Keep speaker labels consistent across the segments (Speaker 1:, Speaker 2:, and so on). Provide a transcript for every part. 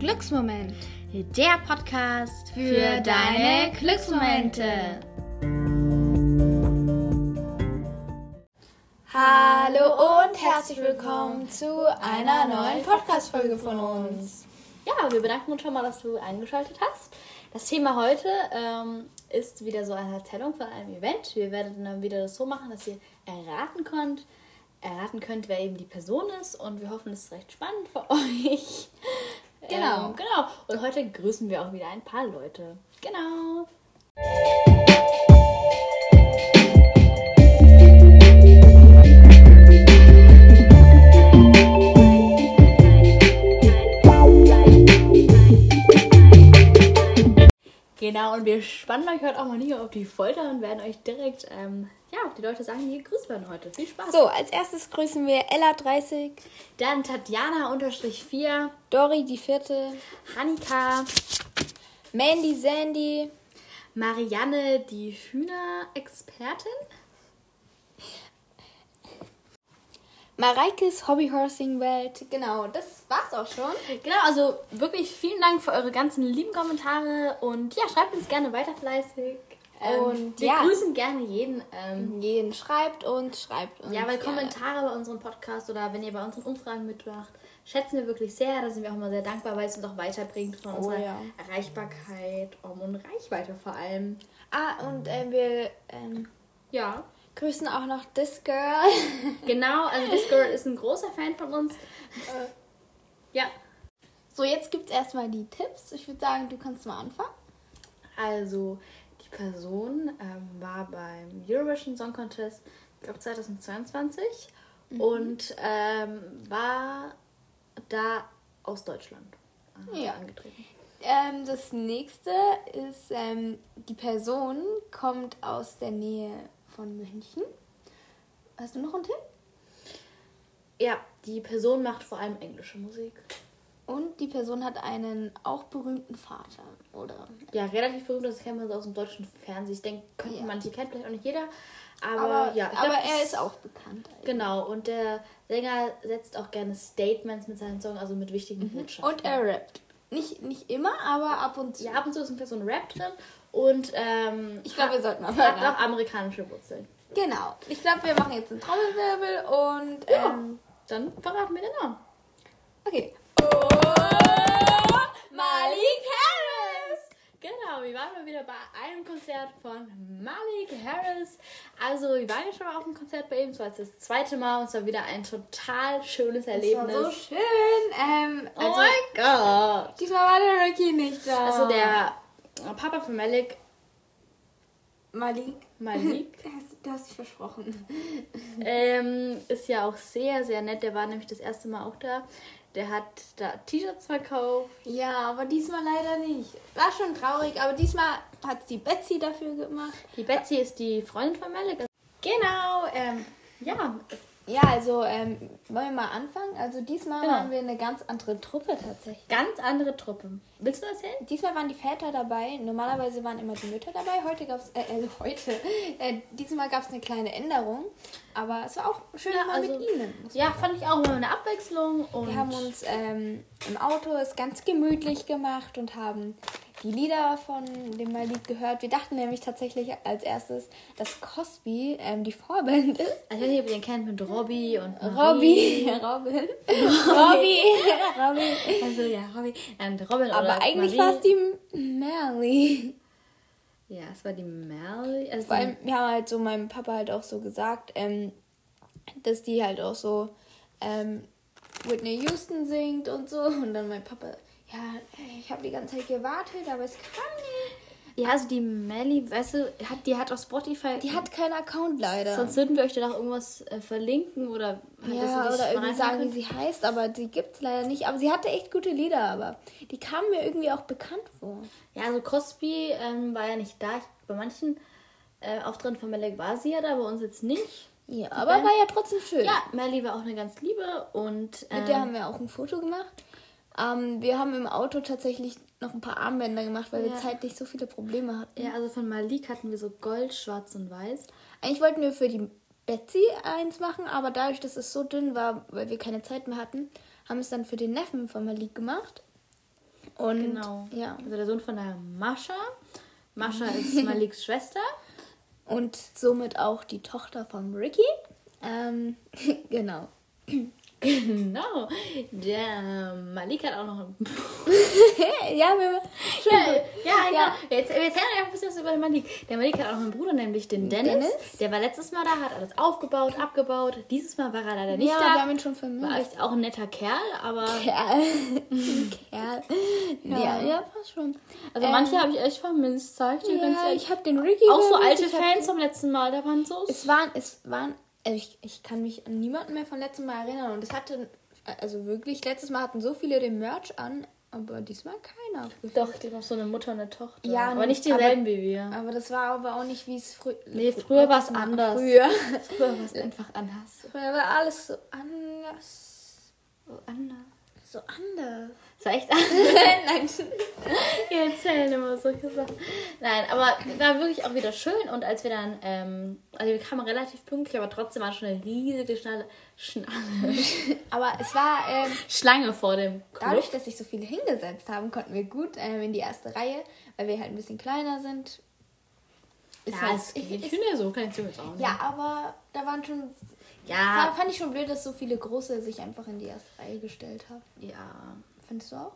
Speaker 1: Glücksmoment.
Speaker 2: Der Podcast
Speaker 1: für deine Glücksmomente.
Speaker 3: Hallo und herzlich willkommen zu einer neuen Podcast-Folge von uns.
Speaker 2: Ja, wir bedanken uns schon mal, dass du eingeschaltet hast. Das Thema heute ähm, ist wieder so eine Erzählung von einem Event. Wir werden dann wieder das so machen, dass ihr erraten könnt, erraten könnt, wer eben die Person ist. Und wir hoffen, es ist recht spannend für euch.
Speaker 1: Genau.
Speaker 2: Ähm, genau. Und heute grüßen wir auch wieder ein paar Leute. Genau. Genau, und wir spannen euch heute auch mal nicht auf die Folter und werden euch direkt, ähm, ja, die Leute sagen, die gegrüßt werden heute. Viel Spaß.
Speaker 3: So, als erstes grüßen wir Ella30,
Speaker 2: Dann Tatjana-4,
Speaker 3: Dori die Vierte,
Speaker 2: Hanika,
Speaker 3: Mandy Sandy,
Speaker 2: Marianne, die Hühnerexpertin.
Speaker 3: Mareikes Hobbyhorsing-Welt. Genau, das war's auch schon.
Speaker 2: Genau, also wirklich vielen Dank für eure ganzen lieben Kommentare und ja, schreibt uns gerne weiter fleißig. Ähm,
Speaker 3: Und
Speaker 2: wir
Speaker 3: ja.
Speaker 2: grüßen gerne jeden. Ähm,
Speaker 3: Jeden schreibt uns, schreibt uns.
Speaker 2: ja, weil
Speaker 3: gerne.
Speaker 2: Kommentare bei unserem Podcast oder wenn ihr bei unseren Umfragen mitmacht, schätzen wir wirklich sehr. Da sind wir auch immer sehr dankbar, weil es uns auch weiterbringt von
Speaker 3: Oh,
Speaker 2: unserer
Speaker 3: ja.
Speaker 2: Erreichbarkeit um, und Reichweite vor allem.
Speaker 3: Ah, und äh, wir ähm,
Speaker 2: Ja.
Speaker 3: grüßen auch noch This Girl.
Speaker 2: Genau, also This Girl ist ein großer Fan von uns. Äh. Ja.
Speaker 3: So, jetzt gibt's erstmal die Tipps. Ich würde sagen, du kannst mal anfangen.
Speaker 2: Also, die Person ähm, war beim Eurovision Song Contest, ich glaube 2022,
Speaker 3: Mhm.
Speaker 2: und ähm, war da aus Deutschland äh,
Speaker 3: Ja.
Speaker 2: angetreten.
Speaker 3: Ähm, das nächste ist, ähm, die Person kommt aus der Nähe von München. Hast du noch einen Tipp?
Speaker 2: Ja, die Person macht vor allem englische Musik.
Speaker 3: Und die Person hat einen auch berühmten Vater, oder?
Speaker 2: Ja, relativ berühmt, das kennt man so aus dem deutschen Fernsehen. Ich denke, könnten
Speaker 3: Ja.
Speaker 2: manche kennen, vielleicht auch nicht jeder. Aber,
Speaker 3: Aber,
Speaker 2: ja, ich
Speaker 3: aber
Speaker 2: glaub,
Speaker 3: er
Speaker 2: das-
Speaker 3: ist auch bekannt.
Speaker 2: Genau, und der Sänger setzt auch gerne Statements mit seinen Songs, also mit wichtigen Botschaften.
Speaker 3: Mhm. Und er rappt. Nicht, nicht immer, aber ab und zu.
Speaker 2: Ja, ab und zu ist ein bisschen Rap drin und ähm,
Speaker 3: Ich glaube, wir sollten mal
Speaker 2: hat
Speaker 3: verraten.
Speaker 2: auch amerikanische Wurzeln.
Speaker 3: Genau. Ich glaube, wir machen jetzt einen Trommelwirbel und. Ähm,
Speaker 2: Dann verraten wir den Namen.
Speaker 3: okay. Und Malik Harris!
Speaker 2: Oh, Genau, wir waren mal wieder bei einem Konzert von Malik Harris. Also, wir waren ja schon mal auf einem Konzert bei ihm, es war jetzt das zweite Mal und es war wieder ein total schönes
Speaker 3: Das war
Speaker 2: Erlebnis.
Speaker 3: so schön. Ähm,
Speaker 2: oh
Speaker 3: also,
Speaker 2: mein Gott!
Speaker 3: diesmal war der Ricky nicht da.
Speaker 2: Also, der Papa von Malik,
Speaker 3: Malik,
Speaker 2: Malik,
Speaker 3: du hast, du hast dich versprochen.
Speaker 2: Ähm, ist ja auch sehr, sehr nett. Der war nämlich das erste Mal auch da. Der hat da T-Shirts verkauft.
Speaker 3: Ja, aber diesmal leider nicht. War schon traurig, aber diesmal hat die Betsy dafür gemacht.
Speaker 2: Die Betsy ist die Freundin von Malik. Genau, ähm, ja.
Speaker 3: Ja, also ähm, wollen wir mal anfangen? Also diesmal
Speaker 2: Genau.
Speaker 3: waren wir eine ganz andere Truppe tatsächlich.
Speaker 2: Ganz andere Truppe. Willst du erzählen?
Speaker 3: Diesmal waren die Väter dabei. Normalerweise waren immer die Mütter dabei. Heute gab es, äh, also heute, äh, diesmal gab es eine kleine Änderung. Aber es war auch schön
Speaker 2: Ja,
Speaker 3: mal
Speaker 2: also-
Speaker 3: mit ihnen.
Speaker 2: Ja, fand ich auch mal eine Abwechslung. Und
Speaker 3: Wir haben uns ähm, im Auto es ganz gemütlich gemacht und haben die Lieder von dem Malik gehört. Wir dachten nämlich tatsächlich als erstes, dass Cosby ähm, die Vorband ist.
Speaker 2: also, ich weiß nicht, ob ihr den kennt mit Robby und
Speaker 3: Robby. Robin. Robby. Robby.
Speaker 2: Marie. Also, ja, Robby. Und Robin
Speaker 3: Aber
Speaker 2: oder
Speaker 3: eigentlich
Speaker 2: Marie.
Speaker 3: war es die Mally.
Speaker 2: Ja, es war die Mary. Also,
Speaker 3: Vor allem, wir haben halt so meinem Papa halt auch so gesagt, ähm, dass die halt auch so ähm, Whitney Houston singt und so. Und dann mein Papa, ja, ich habe die ganze Zeit gewartet, aber es kam nie.
Speaker 2: ja, also die Melly, weißt du, hat, die hat auf Spotify.
Speaker 3: Die hat keinen Account leider.
Speaker 2: Sonst würden wir euch dann auch irgendwas äh, verlinken oder halt, dass ihr
Speaker 3: ja,
Speaker 2: nicht
Speaker 3: oder irgendwie
Speaker 2: reinhören
Speaker 3: sagen, wie
Speaker 2: könnt.
Speaker 3: sie heißt, aber sie gibt's leider nicht. Aber sie hatte echt gute Lieder, aber die kamen mir irgendwie auch bekannt vor.
Speaker 2: Ja, also Crosby ähm, war ja nicht da. Ich, bei manchen äh, Auftritten von Melek war sie ja da, bei uns jetzt nicht.
Speaker 3: Ja, aber
Speaker 2: Band-
Speaker 3: war ja trotzdem schön.
Speaker 2: Ja, Melly war auch eine ganz liebe und ähm,
Speaker 3: Mit der haben wir auch ein Foto gemacht. Ähm, wir haben im Auto tatsächlich noch ein paar Armbänder gemacht, weil
Speaker 2: Ja.
Speaker 3: wir zeitlich so viele Probleme hatten.
Speaker 2: ja, also von Malik hatten wir so Gold, Schwarz und Weiß.
Speaker 3: Eigentlich wollten wir für die Betsy eins machen, aber dadurch, dass es so dünn war, weil wir keine Zeit mehr hatten, haben wir es dann für den Neffen von Malik gemacht. Und
Speaker 2: Genau.
Speaker 3: ja.
Speaker 2: Also der Sohn von der Mascha. Mascha ist Maliks Schwester.
Speaker 3: Und somit auch die Tochter von Ricky. Ähm, genau.
Speaker 2: Genau. Der ähm, Malik hat auch noch einen
Speaker 3: ja, wir schön.
Speaker 2: Ja, genau.
Speaker 3: Ja.
Speaker 2: Jetzt wir erzählen euch ein bisschen was über den Malik. Der Malik hat auch noch einen Bruder, nämlich den Dennis.
Speaker 3: Dennis?
Speaker 2: Der war letztes Mal da, hat alles aufgebaut, abgebaut. Dieses Mal war er leider nicht
Speaker 3: ja, wir
Speaker 2: da.
Speaker 3: haben ihn schon
Speaker 2: War
Speaker 3: vermisst.
Speaker 2: echt auch ein netter Kerl, aber
Speaker 3: Kerl. Kerl. Ja, ja, passt schon.
Speaker 2: also
Speaker 3: Ähm,
Speaker 2: manche habe ich echt vermisst, sag ich dir ganz
Speaker 3: Ja,
Speaker 2: ehrlich.
Speaker 3: ich habe den Ricky
Speaker 2: Auch so
Speaker 3: vermisst,
Speaker 2: alte
Speaker 3: ich hab
Speaker 2: Fans vom letzten Mal, da waren so.
Speaker 3: Es waren, es waren, also ich, ich kann mich an niemanden mehr von letztem Mal erinnern. Und es hatte, also wirklich, letztes Mal hatten so viele den Merch an, aber diesmal keiner.
Speaker 2: Doch, die noch so eine Mutter und eine Tochter.
Speaker 3: Ja,
Speaker 2: aber nicht
Speaker 3: aber-
Speaker 2: dieselben wie wir.
Speaker 3: Aber das war aber auch nicht, wie es früher.
Speaker 2: Nee, früher war es anders.
Speaker 3: Früher.
Speaker 2: Früher war es einfach anders.
Speaker 3: früher war alles so anders.
Speaker 2: Anders.
Speaker 3: So anders.
Speaker 2: Das war echt anders.
Speaker 3: Nein,
Speaker 2: Wir erzählen immer solche Sachen. Nein, aber war wirklich auch wieder schön. Und als wir dann, ähm, also wir kamen relativ pünktlich, aber trotzdem war schon eine riesige Schnalle, Schnalle,
Speaker 3: aber es war, ähm,
Speaker 2: Schlange vor dem Club.
Speaker 3: dadurch, dass sich so viele hingesetzt haben, konnten wir gut ähm, in die erste Reihe, weil wir halt ein bisschen kleiner sind. Ist
Speaker 2: Ja,
Speaker 3: halt-
Speaker 2: es geht. Ich
Speaker 3: ist-
Speaker 2: bin ja so, kann ich jetzt auch nicht.
Speaker 3: Ja, aber da waren schon.
Speaker 2: Ja.
Speaker 3: Fand, fand ich schon blöd, dass so viele Große sich einfach in die erste Reihe gestellt haben.
Speaker 2: ja.
Speaker 3: Findest du auch?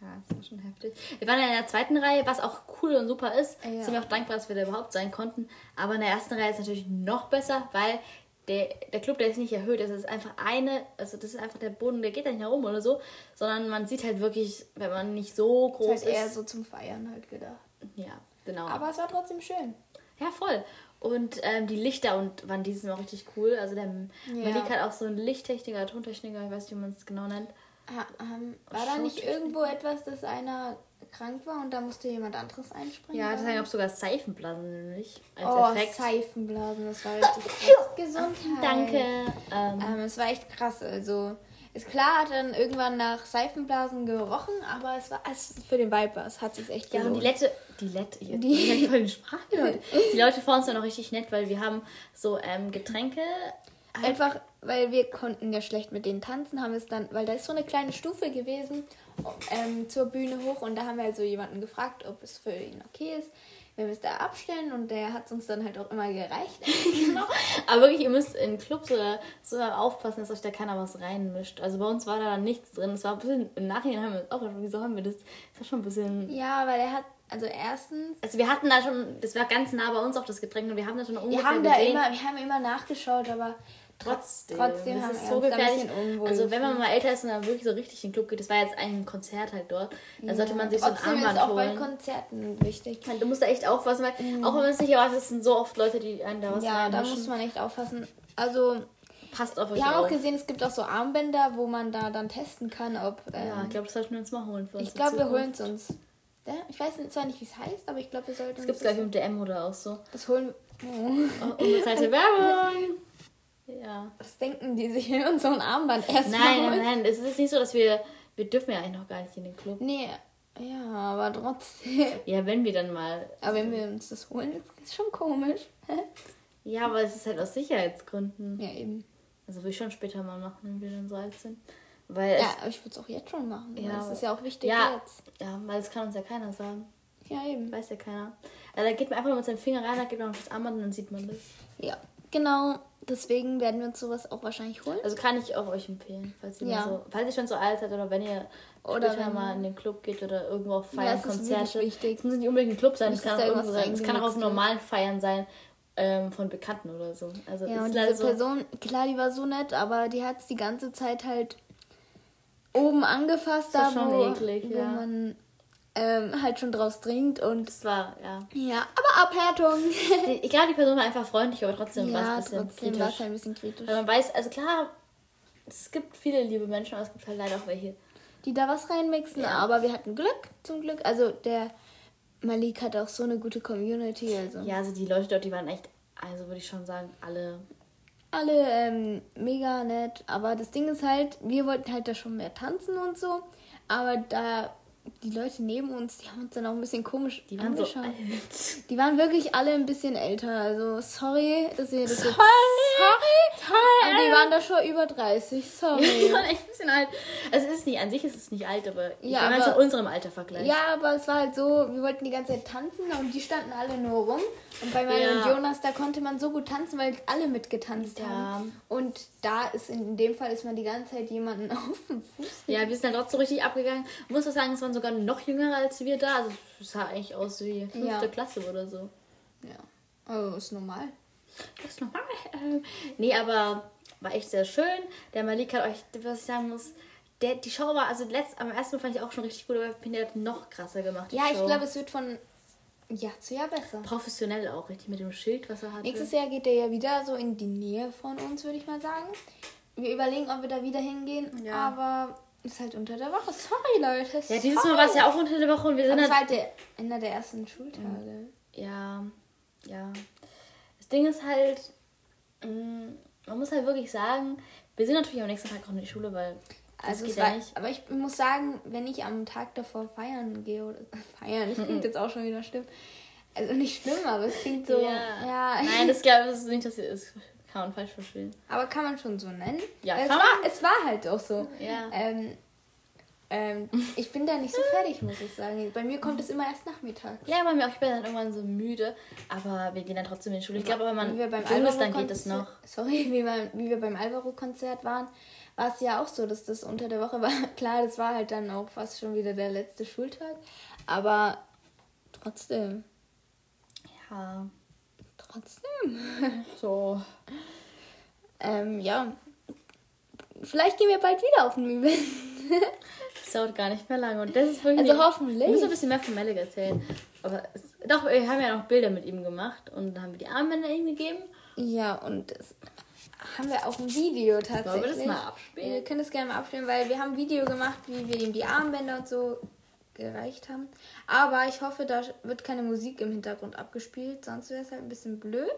Speaker 2: Ja, das war schon heftig. Wir waren ja in der zweiten Reihe, was auch cool und super ist.
Speaker 3: Ja.
Speaker 2: Sind wir auch dankbar, dass wir da überhaupt sein konnten. Aber in der ersten Reihe ist natürlich noch besser, weil der, der Club, der ist nicht erhöht. Das ist einfach eine, also das ist einfach der Boden, der geht da nicht nach oben oder so. Sondern man sieht halt wirklich, wenn man nicht so groß
Speaker 3: ist halt eher
Speaker 2: ist.
Speaker 3: so zum Feiern halt gedacht.
Speaker 2: Ja, genau.
Speaker 3: Aber es war trotzdem schön.
Speaker 2: Ja, voll. Und ähm, die Lichter und waren dieses Mal richtig cool. Also der Malik hat halt auch so einen Lichttechniker, Tontechniker, ich weiß nicht, wie man es genau nennt.
Speaker 3: Ha, ähm, war da nicht irgendwo etwas, dass einer krank war und da musste jemand anderes einspringen?
Speaker 2: Ja,
Speaker 3: Oder?
Speaker 2: deswegen gab es sogar Seifenblasen nämlich als
Speaker 3: halt Oh,
Speaker 2: Effekt.
Speaker 3: Seifenblasen, das war richtig krass. Gesundheit.
Speaker 2: Danke. Ähm,
Speaker 3: Ähm, es war echt krass. Also, ist klar, hat dann irgendwann nach Seifenblasen gerochen, aber es war es, für den Vipers hat sich echt
Speaker 2: ja, und die
Speaker 3: gelohnt.
Speaker 2: Lette, die Lette, jetzt
Speaker 3: Also, Die-
Speaker 2: die, voll den Sprache, Leute. die Leute vor uns waren auch richtig nett, weil wir haben so ähm, Getränke.
Speaker 3: Einfach, weil wir konnten ja schlecht mit denen tanzen, haben es dann, weil da ist so eine kleine Stufe gewesen ähm, zur Bühne hoch und da haben wir also jemanden gefragt, ob es für ihn okay ist, wenn wir es da abstellen und der hat es uns dann halt auch immer gereicht.
Speaker 2: Genau. Aber wirklich, ihr müsst in Clubs oder so aufpassen, dass euch da keiner was reinmischt. Also bei uns war da dann nichts drin. Es war ein bisschen, im Nachhinein haben wir uns auch gefragt, wieso haben wir das? Das war schon ein bisschen.
Speaker 3: ja, weil er hat, also erstens,
Speaker 2: Also wir hatten da schon, das war ganz nah bei uns auch das Getränk und wir haben da schon ungefähr
Speaker 3: wir haben da
Speaker 2: gesehen.
Speaker 3: immer, wir haben immer nachgeschaut, aber
Speaker 2: Trotzdem,
Speaker 3: Trotzdem
Speaker 2: das
Speaker 3: haben
Speaker 2: ist
Speaker 3: wir
Speaker 2: so
Speaker 3: uns da ein
Speaker 2: gefährlich.
Speaker 3: bisschen unwohl
Speaker 2: Also wenn man mal älter ist und dann wirklich so richtig in den Club geht, das war jetzt ein Konzert halt dort, dann sollte man sich so ein
Speaker 3: trotzdem ist
Speaker 2: Armband
Speaker 3: auch bei
Speaker 2: holen.
Speaker 3: Konzerten wichtig.
Speaker 2: Du musst da echt aufpassen, weil auch wenn man es nicht erwartet, es sind so oft Leute, die einen da was
Speaker 3: Mhm. Ja, da
Speaker 2: reinmischen.
Speaker 3: muss man echt aufpassen. Also,
Speaker 2: Passt auf euch
Speaker 3: wir haben auch
Speaker 2: auf.
Speaker 3: gesehen, es gibt auch so Armbänder, wo man da dann testen kann, ob. Ähm,
Speaker 2: Ja, ich glaube, das sollten wir uns mal holen für uns.
Speaker 3: ich glaube, wir holen es uns. Ja? Ich weiß zwar nicht, wie es heißt, aber ich glaube, wir sollten
Speaker 2: Es gibt
Speaker 3: uns
Speaker 2: gleich
Speaker 3: das,
Speaker 2: im DM oder auch so.
Speaker 3: das holen. Oh.
Speaker 2: Oh, Unbezahlte Werbung! Ja.
Speaker 3: Was denken die sich, wenn wir uns so ein Armband erstmal
Speaker 2: Nein, nein,
Speaker 3: holen?
Speaker 2: nein, es ist nicht so, dass wir... Wir dürfen ja eigentlich noch gar nicht in den Club.
Speaker 3: Nee, ja, aber trotzdem.
Speaker 2: Ja, wenn wir dann mal...
Speaker 3: Aber wenn wir uns das holen, ist schon komisch.
Speaker 2: Ja, aber es ist halt aus Sicherheitsgründen.
Speaker 3: ja, eben.
Speaker 2: Also will ich schon später mal machen, wenn wir dann so alt sind. Weil
Speaker 3: Ja,
Speaker 2: es,
Speaker 3: aber ich würde es auch jetzt schon machen. Ja,
Speaker 2: Ja,
Speaker 3: das ist ja auch wichtig
Speaker 2: ja,
Speaker 3: jetzt.
Speaker 2: ja, weil es kann uns ja keiner sagen.
Speaker 3: Ja, eben.
Speaker 2: Weiß ja keiner. Also da geht man einfach nur mit seinem Finger rein, da geht man auf das Armband und dann sieht man das.
Speaker 3: Ja, genau. Deswegen werden wir uns sowas auch wahrscheinlich holen.
Speaker 2: Also kann ich auch euch empfehlen, falls ihr,
Speaker 3: Ja.
Speaker 2: mal so, falls ihr schon so alt seid oder wenn ihr
Speaker 3: Oder
Speaker 2: oder später
Speaker 3: wenn-
Speaker 2: mal in den Club geht oder irgendwo auf
Speaker 3: Ja,
Speaker 2: Feiern,
Speaker 3: es ist
Speaker 2: Konzerte.
Speaker 3: wirklich wichtig.
Speaker 2: Es muss nicht unbedingt ein Club sein,
Speaker 3: Nicht,
Speaker 2: es
Speaker 3: dass
Speaker 2: kann,
Speaker 3: da
Speaker 2: auch irgendwo
Speaker 3: irgendwas
Speaker 2: sein. Es kann auch auf
Speaker 3: reingemixt wird.
Speaker 2: normalen Feiern sein ähm, von Bekannten oder so. Also
Speaker 3: Ja,
Speaker 2: es
Speaker 3: und
Speaker 2: ist
Speaker 3: diese
Speaker 2: leider so,
Speaker 3: Person, klar, die war so nett, aber die hat es die ganze Zeit halt oben angefasst, da
Speaker 2: Das war
Speaker 3: wo,
Speaker 2: schon eklig,
Speaker 3: wo
Speaker 2: ja.
Speaker 3: man ähm, halt schon draus trinkt und
Speaker 2: das war, ja.
Speaker 3: ja, aber Abhärtung.
Speaker 2: Die- Ich glaube, die Person war einfach freundlich, aber trotzdem war
Speaker 3: ja,
Speaker 2: es ein bisschen
Speaker 3: trotzdem war
Speaker 2: kritisch.
Speaker 3: es halt ein bisschen kritisch.
Speaker 2: Weil man weiß, also klar, es gibt viele liebe Menschen, aber es gibt halt leider auch welche.
Speaker 3: Die da was reinmixen, aber wir hatten Glück, zum Glück. Also der Malik hat auch so eine gute Community, also
Speaker 2: Ja, also die Leute dort, die waren echt, also würde ich schon sagen, alle.
Speaker 3: alle ähm, mega nett. Aber das Ding ist halt, wir wollten halt da schon mehr tanzen und so. Aber da die Leute neben uns, die haben uns dann auch ein bisschen komisch
Speaker 2: Die waren so
Speaker 3: angeschaut.
Speaker 2: alt.
Speaker 3: die waren wirklich alle ein bisschen älter. Also sorry, dass wir das jetzt
Speaker 2: sorry,
Speaker 3: Und die waren da schon über 30, sorry.
Speaker 2: Ja, echt ein bisschen alt. Also es ist nicht, an sich ist es nicht alt, aber ich
Speaker 3: Ja,
Speaker 2: kann es
Speaker 3: aber-
Speaker 2: mit unserem Alter vergleichen.
Speaker 3: Ja, aber es war halt so, wir wollten die ganze Zeit tanzen und die standen alle nur rum. Und bei Mario
Speaker 2: Ja.
Speaker 3: und Jonas, da konnte man so gut tanzen, weil alle mitgetanzt
Speaker 2: Ja.
Speaker 3: haben. Und da ist in dem Fall ist man die ganze Zeit jemanden auf dem Fuß.
Speaker 2: Ja, wir sind dann trotzdem richtig abgegangen. Ich muss auch sagen, es waren sogar noch jüngere als wir da. Also es sah eigentlich aus wie fünfte
Speaker 3: Ja.
Speaker 2: Klasse oder so.
Speaker 3: Ja.
Speaker 2: Oh,
Speaker 3: Also ist normal.
Speaker 2: Das ist normal. Ähm, nee, aber war echt sehr schön. Der Malik hat euch, was ich sagen muss, der, die Show war, also letzt, am ersten Mal fand ich auch schon richtig gut, aber Pindy hat noch krasser gemacht. die
Speaker 3: Ja, ich
Speaker 2: Show.
Speaker 3: glaube, es wird von Jahr zu Jahr besser.
Speaker 2: Professionell auch, richtig mit dem Schild, was er hatte.
Speaker 3: Nächstes Jahr geht er ja wieder so in die Nähe von uns, würde ich mal sagen. Wir überlegen, ob wir da wieder hingehen,
Speaker 2: Ja.
Speaker 3: aber ist halt unter der Woche. Sorry, Leute.
Speaker 2: ja, dieses Mal war es ja auch Mhm. unter der Woche und wir sind
Speaker 3: Das
Speaker 2: halt
Speaker 3: war halt der, einer der ersten Schultage.
Speaker 2: Ja, ja. Das Ding ist halt, mm, man muss halt wirklich sagen, wir sind natürlich am nächsten Tag auch in die Schule, weil das
Speaker 3: Also
Speaker 2: geht
Speaker 3: es
Speaker 2: ja
Speaker 3: war,
Speaker 2: nicht.
Speaker 3: aber ich muss sagen, wenn ich am Tag davor feiern gehe oder feiern, das
Speaker 2: Mhm.
Speaker 3: klingt jetzt auch schon wieder schlimm. Also nicht schlimm, aber es klingt so. Ja.
Speaker 2: Nein, das glaube ich das ist nicht, dass wir das kann man falsch verstehen.
Speaker 3: aber kann man schon so nennen?
Speaker 2: Ja,
Speaker 3: Weil es
Speaker 2: kann
Speaker 3: war,
Speaker 2: man.
Speaker 3: es war halt auch so.
Speaker 2: Ja.
Speaker 3: Ähm, ähm, ich bin da nicht so fertig, muss ich sagen. Bei mir kommt es immer erst nachmittags.
Speaker 2: Ja, bei mir auch, ich bin dann irgendwann so müde, aber wir gehen dann trotzdem in die Schule. Ich glaube, wenn man
Speaker 3: Wie wir beim
Speaker 2: jung ist, dann geht
Speaker 3: Alvaro-Konzert-
Speaker 2: es noch.
Speaker 3: Sorry, wie wir, wie wir beim Alvaro-Konzert waren, war es ja auch so, dass das unter der Woche war. Klar, das war halt dann auch fast schon wieder der letzte Schultag. Aber trotzdem.
Speaker 2: Ja,
Speaker 3: Trotzdem.
Speaker 2: so.
Speaker 3: ähm, ja. Vielleicht gehen wir bald wieder auf den Übel.
Speaker 2: Das dauert gar nicht mehr lange und das ist wirklich...
Speaker 3: Also hoffentlich.
Speaker 2: Wir müssen ein bisschen mehr von Malik erzählen. Aber es, doch, wir haben ja noch Bilder mit ihm gemacht und dann haben wir die Armbänder ihm gegeben.
Speaker 3: Ja, und das haben wir auch ein Video tatsächlich.
Speaker 2: Wollen wir das mal abspielen?
Speaker 3: Wir können das gerne mal abspielen, weil wir haben ein Video gemacht, wie wir ihm die Armbänder und so gereicht haben. Aber ich hoffe, da wird keine Musik im Hintergrund abgespielt, sonst wäre es halt ein bisschen blöd.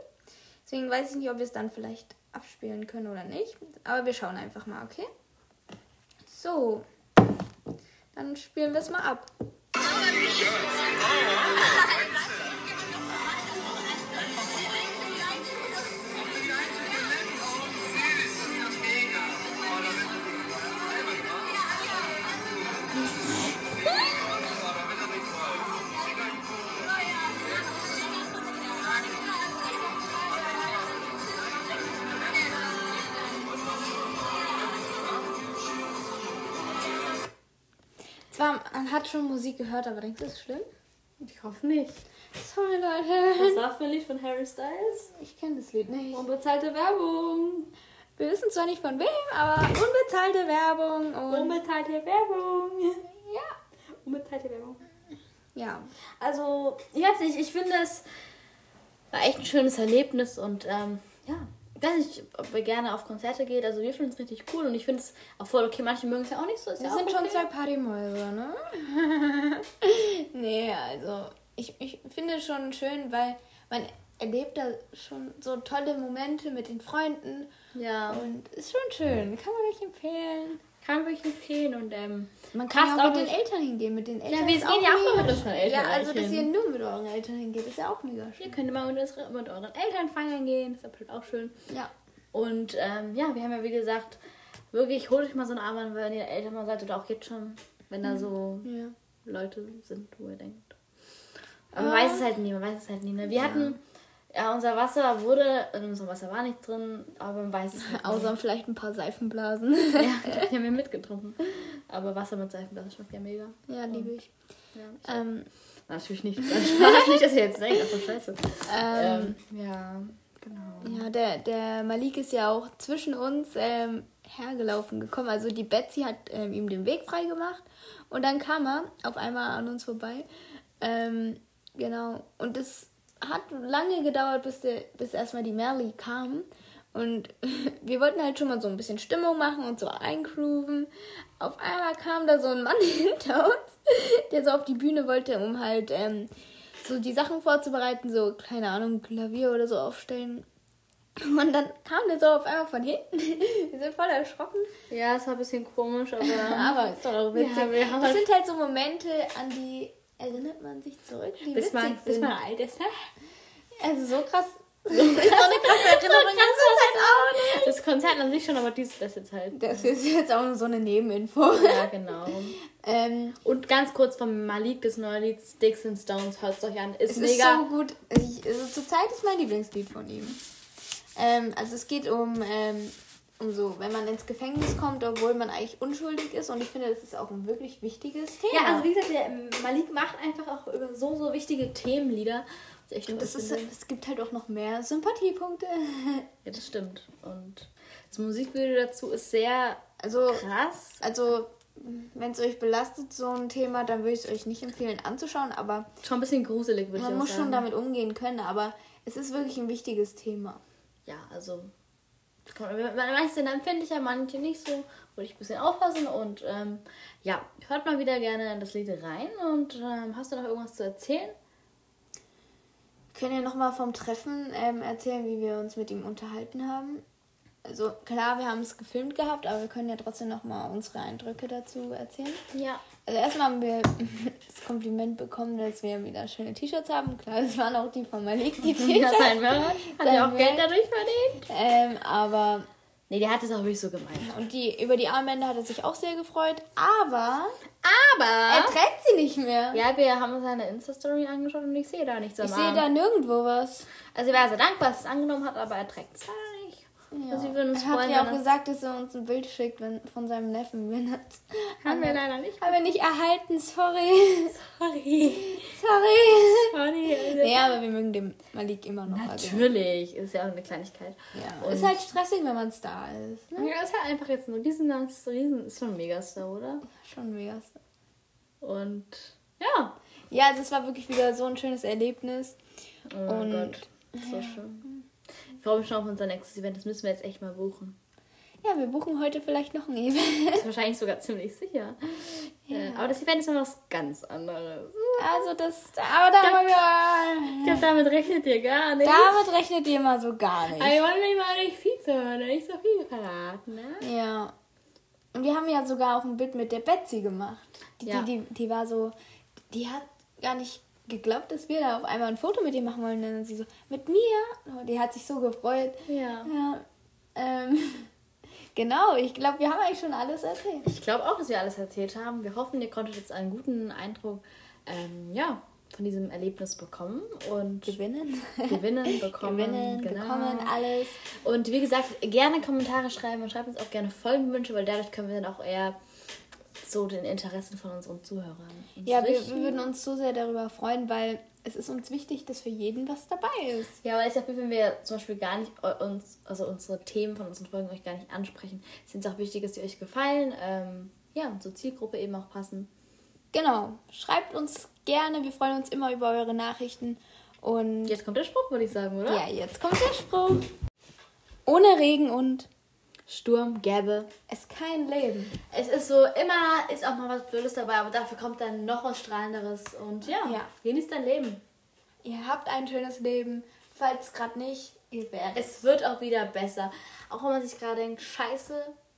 Speaker 3: Deswegen weiß ich nicht, ob wir es dann vielleicht abspielen können oder nicht. Aber wir schauen einfach mal, okay? So. Dann spielen wir es mal ab. Zwar, man hat schon Musik gehört, aber denkst du, das ist schlimm?
Speaker 2: Ich hoffe nicht.
Speaker 3: Sorry, Leute.
Speaker 2: Das war für ein Lied von Harry Styles.
Speaker 3: Ich kenne das Lied nicht.
Speaker 2: Unbezahlte Werbung.
Speaker 3: Wir wissen zwar nicht von wem, aber unbezahlte Werbung und
Speaker 2: Unbezahlte Werbung.
Speaker 3: ja.
Speaker 2: Unbezahlte Werbung.
Speaker 3: Ja.
Speaker 2: Also, ich weiß nicht, ich finde es war echt ein schönes Erlebnis und ähm, ja, ich weiß nicht, ob wir gerne auf Konzerte geht. Also, wir finden es richtig cool und ich finde es auch voll okay. Manche mögen es ja auch nicht so. Ist
Speaker 3: Das
Speaker 2: ja auch
Speaker 3: sind schon
Speaker 2: okay.
Speaker 3: zwei Partymäuser, ne? nee, also ich, ich finde es schon schön, weil man erlebt da schon so tolle Momente mit den Freunden
Speaker 2: Ja,
Speaker 3: und ist schon schön. Kann man wirklich empfehlen.
Speaker 2: kann wirklich empfehlen und ähm,
Speaker 3: Man kann
Speaker 2: passt
Speaker 3: ja auch mit
Speaker 2: nicht-
Speaker 3: den Eltern hingehen, mit den Eltern.
Speaker 2: wir
Speaker 3: ist
Speaker 2: gehen ja auch
Speaker 3: mega
Speaker 2: immer mit unseren
Speaker 3: schön.
Speaker 2: Eltern
Speaker 3: Ja, also dass
Speaker 2: eigentlich
Speaker 3: ihr
Speaker 2: hin.
Speaker 3: nur mit euren Eltern hingeht, ist ja auch mega schön.
Speaker 2: Ihr könnt immer mit, unsere- mit euren Eltern feiern gehen. Ist natürlich auch schön.
Speaker 3: Ja.
Speaker 2: Und ähm, ja, wir haben ja wie gesagt, wirklich holt euch mal so einen Armband, wenn ihr älter mal seid oder auch jetzt schon, wenn da so
Speaker 3: Ja.
Speaker 2: Leute sind, wo ihr denkt. Aber man weiß es halt nie, man weiß es halt nie. Ne? Wir hatten, ja, unser Wasser wurde, in unserem Wasser war nichts drin, aber man weiß es halt
Speaker 3: Außer vielleicht ein paar Seifenblasen.
Speaker 2: nie. ja, die haben wir mitgetrunken. Aber Wasser mit Seifenblasen schmeckt ja mega.
Speaker 3: ja, liebe ich.
Speaker 2: Ja.
Speaker 3: Ähm,
Speaker 2: Natürlich nicht. Dann Spaß nicht, dass ihr jetzt denkt, ach so scheiße.
Speaker 3: ähm,
Speaker 2: Ähm, ja, genau.
Speaker 3: Ja, der, der Malik ist ja auch zwischen uns ähm, hergelaufen gekommen. Also die Betsy hat ähm, ihm den Weg frei gemacht und dann kam er auf einmal an uns vorbei. Ähm, genau. Und es hat lange gedauert, bis, der, bis erstmal die Merli kam. Und wir wollten halt schon mal so ein bisschen Stimmung machen und so eingrooven. Auf einmal kam da so ein Mann hinter uns, der so auf die Bühne wollte, um halt ähm, so die Sachen vorzubereiten, so, keine Ahnung, Klavier oder so aufstellen. Und dann kam der so auf einmal von hinten. Wir sind voll erschrocken.
Speaker 2: Ja, es war ein bisschen komisch, aber.
Speaker 3: Aber ist doch auch witzig.
Speaker 2: Ja, wir haben
Speaker 3: das
Speaker 2: halt-
Speaker 3: sind halt so Momente, an die erinnert man sich zurück, die
Speaker 2: bis
Speaker 3: witzig
Speaker 2: man,
Speaker 3: sind.
Speaker 2: bis man alt ist, ne?
Speaker 3: Also so krass
Speaker 2: Erinnerung das halt auch nicht. Das Konzert an sich schon, aber dieses das jetzt halt.
Speaker 3: Das ist jetzt auch nur so eine Nebeninfo.
Speaker 2: Ja, genau.
Speaker 3: Ähm,
Speaker 2: Und ganz kurz von Malik, das neue Lied Sticks and Stones, hört es euch an. Ist
Speaker 3: es
Speaker 2: mega.
Speaker 3: ist so gut. Ich, also zurzeit ist mein Lieblingslied von ihm. Ähm, also es geht um, ähm, um so, wenn man ins Gefängnis kommt, obwohl man eigentlich unschuldig ist. Und ich finde, das ist auch ein wirklich wichtiges Thema.
Speaker 2: ja, also wie gesagt, der ähm, Malik macht einfach auch über so, so wichtige Themenlieder. Was ich echt
Speaker 3: Und das
Speaker 2: toll
Speaker 3: ist,
Speaker 2: finde.
Speaker 3: es gibt halt auch noch mehr Sympathiepunkte.
Speaker 2: Ja, das stimmt. Und das Musikvideo dazu ist sehr
Speaker 3: Also,
Speaker 2: krass.
Speaker 3: also wenn es euch belastet, so ein Thema, dann würde ich es euch nicht empfehlen anzuschauen. Aber
Speaker 2: Schon ein bisschen gruselig, würde ich
Speaker 3: man
Speaker 2: auch
Speaker 3: muss
Speaker 2: sagen.
Speaker 3: schon damit umgehen können. Aber es ist wirklich ein wichtiges Thema.
Speaker 2: Ja, also. das kann man- Manche sind empfindlicher, manche nicht so. Würde ich ein bisschen aufpassen. Und ähm, ja, hört mal wieder gerne in das Lied rein. Und ähm, hast du noch irgendwas zu erzählen?
Speaker 3: Können wir nochmal vom Treffen ähm, erzählen, wie wir uns mit ihm unterhalten haben? Also klar, wir haben es gefilmt gehabt, aber wir können ja trotzdem nochmal unsere Eindrücke dazu erzählen.
Speaker 2: Ja.
Speaker 3: Also erstmal haben wir das Kompliment bekommen, dass wir wieder schöne T-Shirts haben. Klar, es waren auch die von Malik, die
Speaker 2: Ja,
Speaker 3: T-Shirts.
Speaker 2: sein Mörder. Hat
Speaker 3: Sein
Speaker 2: er auch
Speaker 3: Mörder.
Speaker 2: Geld dadurch verdient?
Speaker 3: ähm, aber
Speaker 2: Nee, der hat es auch wirklich so gemeint.
Speaker 3: und die über die Armbänder hat er sich auch sehr gefreut, aber er
Speaker 2: Aber.
Speaker 3: trägt sie nicht mehr.
Speaker 2: Ah? Ja, wir haben seine Insta-Story angeschaut und ich sehe da nichts am
Speaker 3: ich sehe
Speaker 2: Arm.
Speaker 3: da nirgendwo was.
Speaker 2: Also, ich war sehr dankbar, dass es angenommen hat, aber er trägt es leider nicht.
Speaker 3: Ja.
Speaker 2: Also, wir würden uns
Speaker 3: er hat
Speaker 2: freuen,
Speaker 3: ja
Speaker 2: wenn
Speaker 3: auch
Speaker 2: das-
Speaker 3: gesagt, dass er uns ein Bild schickt wenn, von seinem Neffen, wenn er
Speaker 2: Haben wir leider nicht.
Speaker 3: Haben wir nicht erhalten, sorry.
Speaker 2: Sorry.
Speaker 3: Sorry.
Speaker 2: Sorry. also-
Speaker 3: Nee, aber wir mögen den Malik immer noch.
Speaker 2: Natürlich. Ist ja auch eine Kleinigkeit.
Speaker 3: Also, ja.
Speaker 2: Und-
Speaker 3: Ist halt stressig, wenn man Star ist. Ne?
Speaker 2: Ja, ist halt einfach jetzt ein riesen, riesen, ist schon ein Megastar, oder?
Speaker 3: Schon mega. Star.
Speaker 2: Und ja.
Speaker 3: Ja, also es war wirklich wieder so ein schönes Erlebnis.
Speaker 2: Oh mein
Speaker 3: Und-
Speaker 2: Gott, so schön. Ich freue mich schon auf unser nächstes Event. Das müssen wir jetzt echt mal buchen.
Speaker 3: Ja, wir buchen heute vielleicht noch ein Event.
Speaker 2: Das ist wahrscheinlich sogar ziemlich sicher. Äh, aber das Event ist noch was ganz anderes.
Speaker 3: Also das, aber damit,
Speaker 2: Ich glaube, damit rechnet ihr gar nicht.
Speaker 3: damit rechnet ihr mal so gar nicht.
Speaker 2: Aber wir wollen nicht mal nicht viel zu hören, nicht so viel verraten, ne?
Speaker 3: Ja. Und wir haben ja sogar auch ein Bild mit der Betsy gemacht. Die,
Speaker 2: Ja.
Speaker 3: die, die, die war so, die hat gar nicht geglaubt, dass wir da auf einmal ein Foto mit ihr machen wollen. Und dann sie so, mit mir? Oh, die hat sich so gefreut.
Speaker 2: Ja.
Speaker 3: Ja. Ähm, genau, ich glaube, wir haben eigentlich schon alles erzählt.
Speaker 2: Ich glaube auch, dass wir alles erzählt haben. Wir hoffen, ihr konntet jetzt einen guten Eindruck ähm, ja, von diesem Erlebnis bekommen und
Speaker 3: Gewinnen.
Speaker 2: gewinnen bekommen.
Speaker 3: Gewinnen,
Speaker 2: genau.
Speaker 3: bekommen, alles.
Speaker 2: Und wie gesagt, gerne Kommentare schreiben und schreibt uns auch gerne Folgenwünsche, weil dadurch können wir dann auch eher so den Interessen von unseren Zuhörern. uns
Speaker 3: Ja, wir, wir
Speaker 2: richten.
Speaker 3: würden uns so sehr darüber freuen, weil es ist uns wichtig, dass für jeden was dabei ist.
Speaker 2: Ja, aber ist ja viel, wenn wir zum Beispiel gar nicht eu- uns, also unsere Themen von unseren Folgen euch gar nicht ansprechen, ist uns auch wichtig, dass die euch gefallen. Ähm, ja, und zur Zielgruppe eben auch passen.
Speaker 3: Genau, schreibt uns gerne, wir freuen uns immer über eure Nachrichten und
Speaker 2: Jetzt kommt der Spruch, würde ich sagen, oder?
Speaker 3: Ja, jetzt kommt der Spruch. Ohne Regen und
Speaker 2: Sturm, Gäbe.
Speaker 3: es kein Leben.
Speaker 2: Es ist so, immer ist auch mal was Blödes dabei, aber dafür kommt dann noch was Strahlenderes. Und ja,
Speaker 3: Ja.
Speaker 2: genießt dein Leben.
Speaker 3: Ihr habt ein schönes Leben. Falls gerade nicht, ihr werdet es.
Speaker 2: Es wird auch wieder besser. Auch wenn man sich gerade denkt, scheiße,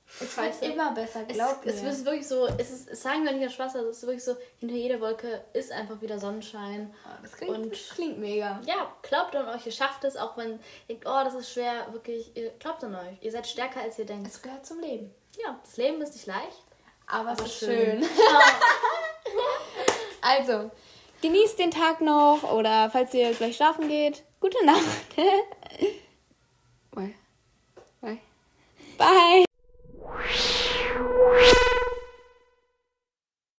Speaker 3: Es wird
Speaker 2: scheiße.
Speaker 3: immer besser,
Speaker 2: Es,
Speaker 3: glaubt
Speaker 2: es
Speaker 3: mir.
Speaker 2: ist wirklich so, es ist, es sagen wir nicht als Spaß, also es ist wirklich so, hinter jeder Wolke ist einfach wieder Sonnenschein.
Speaker 3: das, klingt,
Speaker 2: und-
Speaker 3: das klingt mega.
Speaker 2: Ja, glaubt an euch, ihr schafft es, auch wenn ihr denkt, oh, das ist schwer, wirklich, ihr glaubt an euch. Ihr seid stärker, als ihr denkt.
Speaker 3: Es gehört zum Leben.
Speaker 2: Ja, das Leben ist nicht leicht.
Speaker 3: Aber es
Speaker 2: Aber
Speaker 3: ist
Speaker 2: schön.
Speaker 3: schön. also, genießt den Tag noch oder falls ihr gleich schlafen geht, gute Nacht. Bye. Bye.